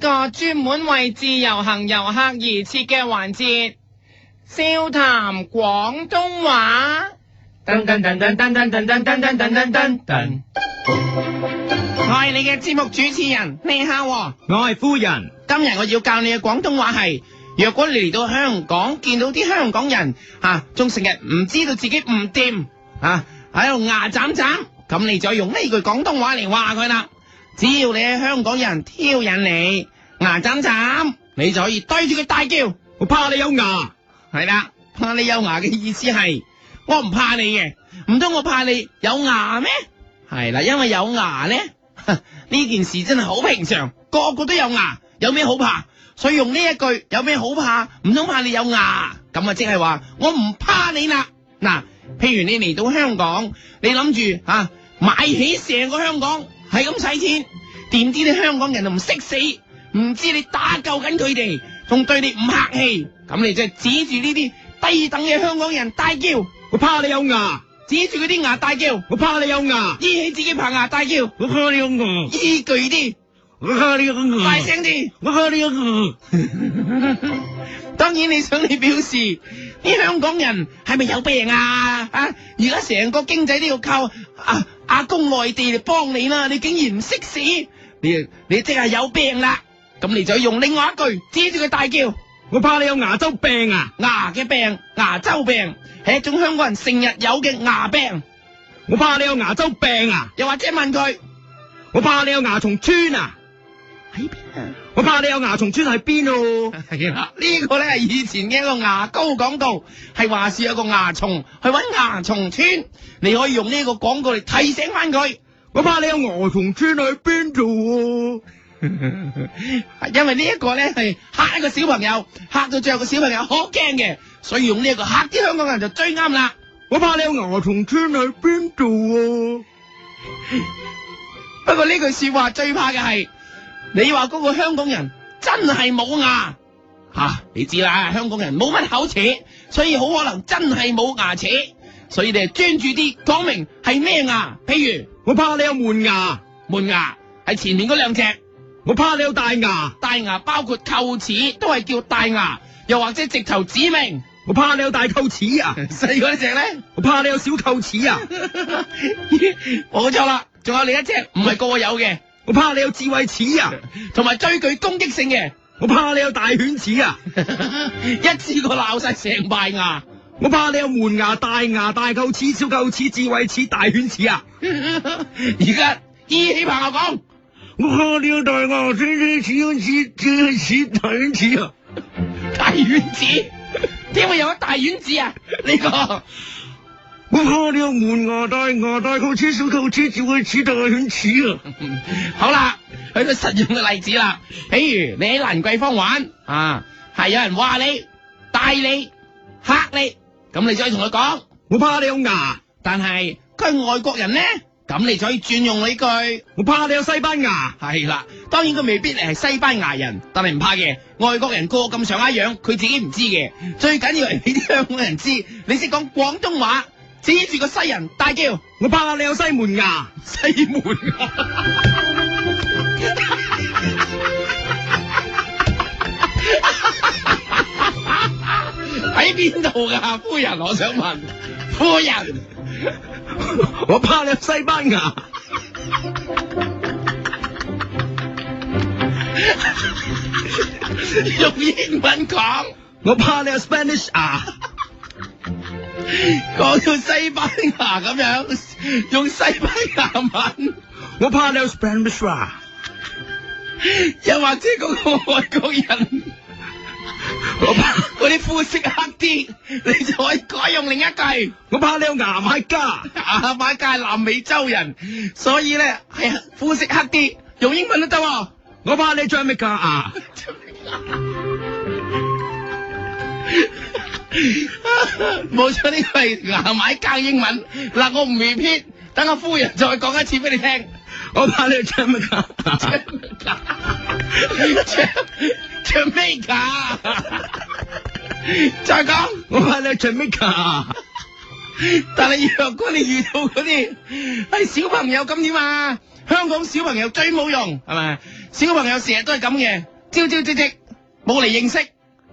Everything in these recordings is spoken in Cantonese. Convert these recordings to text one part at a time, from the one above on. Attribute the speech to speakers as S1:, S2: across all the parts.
S1: 個專門為自由行遊客而設嘅環節，笑談廣東話。
S2: 噔噔噔噔噔噔噔噔噔噔噔噔噔，
S1: 我係你嘅節目主持人，你好喎。
S2: 我係夫人。
S1: 今日我要教你嘅廣東話係，若果你嚟到香港，見到啲香港人啊，仲成日唔知道自己唔掂啊，喺度牙斬斬，咁你就用呢句廣東話嚟話佢啦。只要你喺香港有人挑釁你牙斬斬，你就可以對住佢大叫。
S2: 我怕你有牙，
S1: 係啦，怕你有牙嘅意思係，我唔怕你嘅，唔通我怕你有牙咩？係啦，因為有牙咧， 呢件事真係好平常，個個都有牙，有咩好怕？所以用呢一句有咩好怕？唔通怕你有牙？咁啊，即係話我唔怕你啦。嗱，譬如你嚟到香港，你諗住啊買起成個香港，係咁使錢，點知你香港人就唔識死，唔知你打救緊佢哋，仲對你唔客氣，咁你就指住呢啲低等嘅香港人大叫，
S2: 我怕你有牙，
S1: 指住佢啲牙大叫，
S2: 我怕你有牙，
S1: 依起自己棚牙大叫，
S2: 我怕你有牙，
S1: 依據啲，
S2: 我怕你有牙，
S1: 大聲啲。
S2: 我怕你有牙，
S1: 當然你想你表示啲香港人係咪有病啊？啊！而家成個經濟都要靠啊阿公內地嚟幫你啦，你竟然唔識死，你你即係有病啦！咁你就用另外一句指住佢大叫
S2: 我怕你有牙周病啊，
S1: 牙嘅病、牙周病係一種香港人成日有嘅牙病，
S2: 我怕你有牙周病啊，
S1: 又或者問佢
S2: 我怕你有牙蟲村啊，
S1: 喺邊啊？
S2: 我怕你有牙蟲村喺邊咯。
S1: 係啦， 呢個咧係以前嘅一個牙膏廣告，係話是有個牙蟲去揾牙蟲村，你可以用呢個廣告嚟提醒翻佢，
S2: 我怕你有鵝蟲村啊喺邊度
S1: 因為呢一個咧係嚇一個小朋友，嚇到最後個小朋友好驚嘅，所以用呢一個嚇啲香港人就最啱啦。
S2: 我怕你有鵝蟲村喺邊度
S1: 不過呢句说話最怕嘅係你話嗰個香港人真係冇牙吓、啊你知啦，香港人冇乜口齒，所以好可能真係冇牙齒，所以你係專注啲講明係咩牙，譬
S2: 我怕你有門牙，
S1: 如門牙係前面嗰兩隻，
S2: 我怕你有大牙，
S1: 大牙包括臼齒都係叫大牙，又或者直頭指明
S2: 我怕你有大臼齒啊，
S1: 細嗰隻咧，
S2: 我怕你有小臼齒啊，
S1: 冇錯啦，仲有另一隻唔係個個有嘅，
S2: 我怕你有智慧齒啊，
S1: 同埋最具攻擊性嘅。
S2: 我怕你有大犬齒啊，
S1: 一次過鬧晒成排牙，
S2: 我怕你有門牙、大牙、大臼齒、小臼齒、智慧齒、大犬齒啊，
S1: 而家依起棚牙講，
S2: 我怕你有大牙、犬齒、智慧齒、智慧齒、大犬齒啊，
S1: 大丸子，點會有大丸子啊？呢、個
S2: 我怕你有門牙、大牙、大臼齒、小臼齒、智慧齒、大犬齒啊，
S1: 好啦，去到實用嘅例子啦，譬如你喺蘭桂坊玩啊，係有人話你、帶你、嚇你，咁你就可以同佢講，
S2: 我怕你有牙，
S1: 但係佢係外國人咧，咁你就可以轉用呢句。
S2: 我怕你有西班牙，
S1: 系啦，當然佢未必係西班牙人，但係唔怕嘅。外國人個個咁上下樣，佢自己唔知嘅。最緊要係俾啲香港人知，你識講廣東話，指住個西人大叫
S2: 我怕你有西門牙。
S1: 西門啊！喺邊度㗎，夫人？我想問，夫人。
S2: 我怕你有西班牙，
S1: 用英文講，
S2: 我怕你有 Spanish 牙，
S1: 講到西班牙咁樣，用西班牙文，
S2: 我怕你有 Spanish 牙，
S1: 又或者嗰個外國人，
S2: 我怕
S1: 嗰啲膚色黑啲， 你就可以改用另一句。
S2: 我怕你有牙買加，
S1: 牙買加係南美洲人，所以咧係啊膚色黑啲，用英文都得喎。
S2: 我怕你 Jamaica 牙，
S1: 冇錯，呢個係牙買加英文。嗱，我唔 repeat，等我夫人再講一次俾你聽。
S2: 我怕你 Jamaica 牙，
S1: Jamaica，再講。
S2: 我怕你 Jamaica 牙，
S1: 哎但係若果你遇到嗰啲係小朋友咁點啊？香港小朋友最冇用，係咪？小朋友成日都係咁嘅，朝朝夕夕冇嚟認識，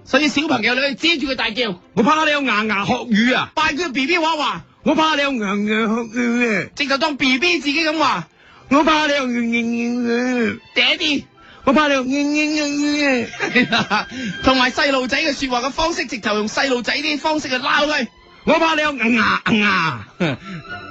S1: 所以小朋友你可以遮住佢大叫，
S2: 我怕你有牙牙學語啊！
S1: 拜佢 B B 話話，
S2: 我怕你有牙牙學語啊！
S1: 直頭當 B B 自己咁話，
S2: 我怕你有牙牙學語啊！
S1: 爹哋。
S2: 我怕你有牙牙學語啊！
S1: 同埋細路仔嘅說話嘅方式，直頭用細路仔啲方式去鬧佢。
S2: 我怕你有牙牙牙！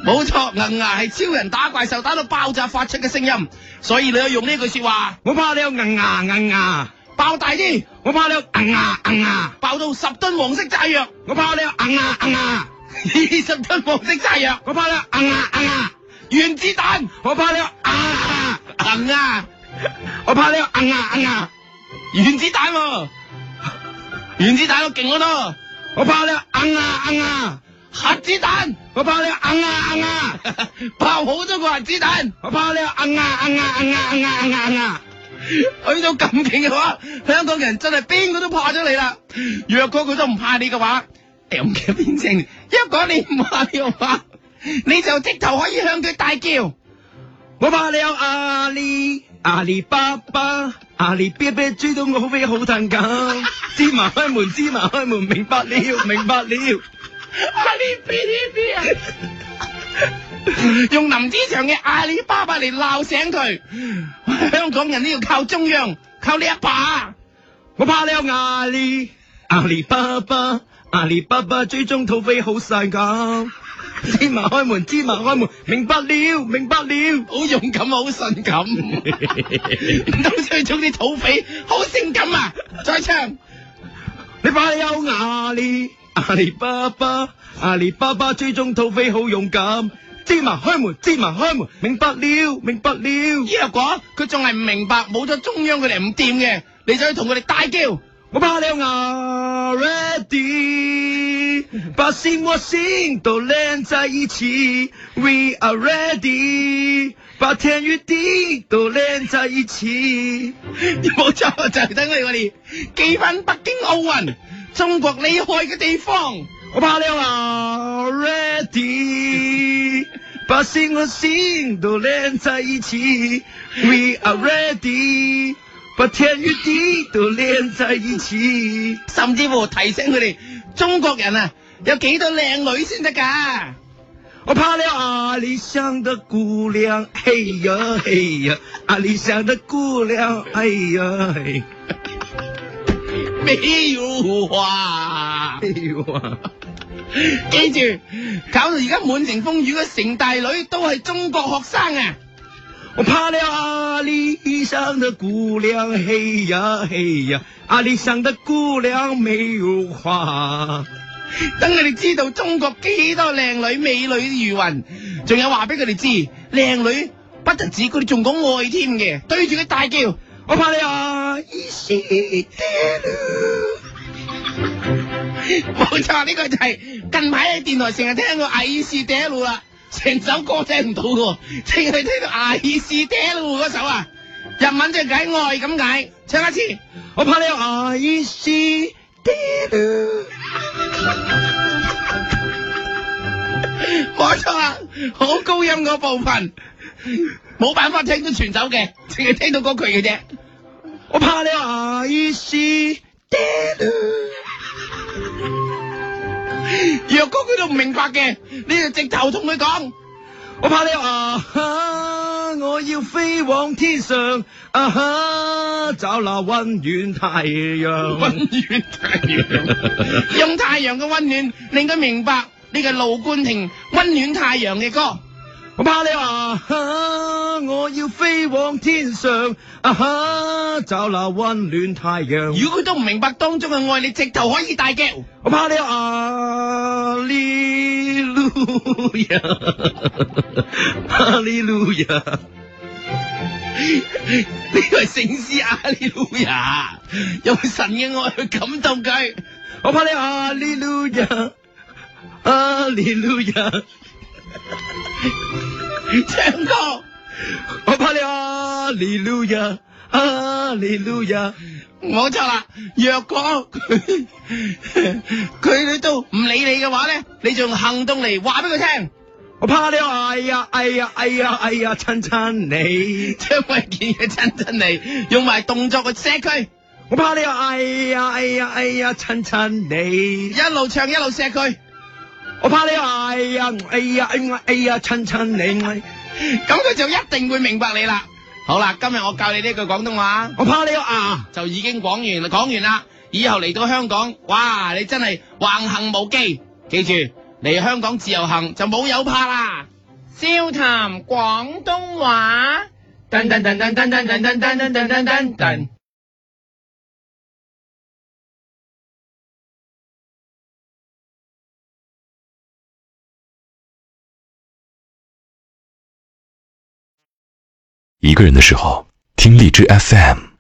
S1: 冇錯，銀牙係超人打怪獸打到爆炸發出嘅聲音，所以你要用呢句说話，
S2: 我怕你有牙牙牙牙！
S1: 爆大啲，
S2: 我怕你有牙牙牙牙！
S1: 爆到十噸黃色炸藥，
S2: 我怕你有牙牙牙牙！
S1: 二十噸黃色炸藥，
S2: 我怕你有牙牙牙牙！
S1: 原子彈，
S2: 我怕你有牙
S1: 銀牙，
S2: 牙！我怕你有牙牙牙！
S1: 原子彈、喎，原子彈都勁好多，
S2: 我怕你有牙牙牙！
S1: 核子彈，
S2: 我怕你有牙牙牙！
S1: 爆好多個核子彈。
S2: 我怕你有牙牙牙牙牙牙牙！
S1: 去到咁勁嘅話，香港人真係邊個都怕咗你啦。若果佢都唔怕你嘅話，掉嘅變成一個你唔怕你嘅話，你就直頭可以向佢大叫。
S2: 我怕你有阿里阿里巴巴，阿里啤啤追到我飛好騰咁。芝麻開門，芝麻開門，明白了，明白了。
S1: 阿里 B T B 啊！用林子祥嘅阿里巴巴嚟鬧醒佢，香港人都要靠中央，靠呢一把。
S2: 我怕你有阿里阿里巴巴，阿里巴巴追蹤土匪好晒咁。芝麻開門，芝麻開門，明白了，明白了。
S1: 好勇敢，啊好性 感，唔通追蹤啲土匪好性感啊！再唱。
S2: 你怕你有阿里阿里巴巴，阿里巴巴追蹤土匪好勇敢。芝麻開門，芝麻開門，明白了，明白了。
S1: 若果佢仲係唔明白，冇咗中央佢哋唔掂嘅，你就去同佢哋大叫。
S2: 我怕你有牙 ready，把心我心都連在一起，We are ready，把天與地都連在一起。
S1: 冇錯，就係等佢哋記翻北京奧運，中國厲害嘅地方。
S2: 我怕你有牙 ready，把心我心都連在一起，We are ready，把天與地都連在一起。
S1: 甚至乎提醒佢哋中國人啊，有幾多靚女先得㗎。
S2: 我怕了阿里山的姑娘，嘿呀嘿呀，阿里山的姑娘，哎呀哎嘿，
S1: 美如華
S2: 哎，呦啊！
S1: 記住，搞到而家滿城風雨嘅城大女都係中國學生啊！
S2: 我怕了阿里山的姑娘，嘿呀嘿呀，阿里山的姑娘没有花。
S1: 等佢哋知道中國幾多靚女美女如雲，仲有話俾佢哋知，靚女不特止佢哋仲講愛添嘅，對住佢大叫，
S2: 我怕了阿里山的
S1: 冇錯，呢、個就係近排喺電台成日聽到 I C D L 啦，成首啊歌聽唔到嘅，淨係聽到 I C D L 嗰首啊，日文即係解愛咁解，唱一次。
S2: 我怕了阿里山的路。
S1: 冇錯啦，好高音嗰部分，冇辦法聽到全首嘅，淨係聽到嗰句嘅啫。
S2: 我怕了阿里山的路。
S1: 若果佢都唔明白嘅，你就直頭同佢講。
S2: 我怕了啊哈！我要飛往天上啊哈！找那温暖太陽。
S1: 温暖太陽，用太陽嘅温暖令佢明白呢個盧冠廷温暖太陽嘅歌。
S2: 我怕了啊哈！我要飛往天上啊哈！找那温暖太陽。
S1: 如果佢都唔明白當中嘅愛，你直頭可以大叫。
S2: 我怕了啊利路亞，哈利路亞。
S1: 呢個係聖詩阿利路亞，用神嘅愛去感動佢。
S2: 我怕了啊利路亞，哈利路亞。
S1: 唱歌，
S2: 我怕了阿利路亞，阿利路亞，
S1: 冇錯啦。若果佢 佢哋都唔理你嘅話咧，你就用行動嚟話俾佢聽。
S2: 我怕了，哎呀，哎呀，哎呀，哎呀，親親你，
S1: 將為件嘢親親你，用埋動作去錫佢，
S2: 我怕了，哎呀，哎呀，哎呀，親親你，
S1: 一路唱一路錫佢。
S2: 我怕了，哎呀，哎呀，哎呀，哎呀，親親你，
S1: 咁佢就一定會明白你啦。好啦，今日我教你呢句廣東話，
S2: 我怕了啊，
S1: 就已經講完啦，講完啦。以後嚟到香港，哇！你真係橫行無忌。記住嚟香港自由行就冇有怕啦。笑談廣東話。噔噔噔噔噔噔噔噔噔噔噔噔噔。
S3: 一个人的时候，听荔枝 FM。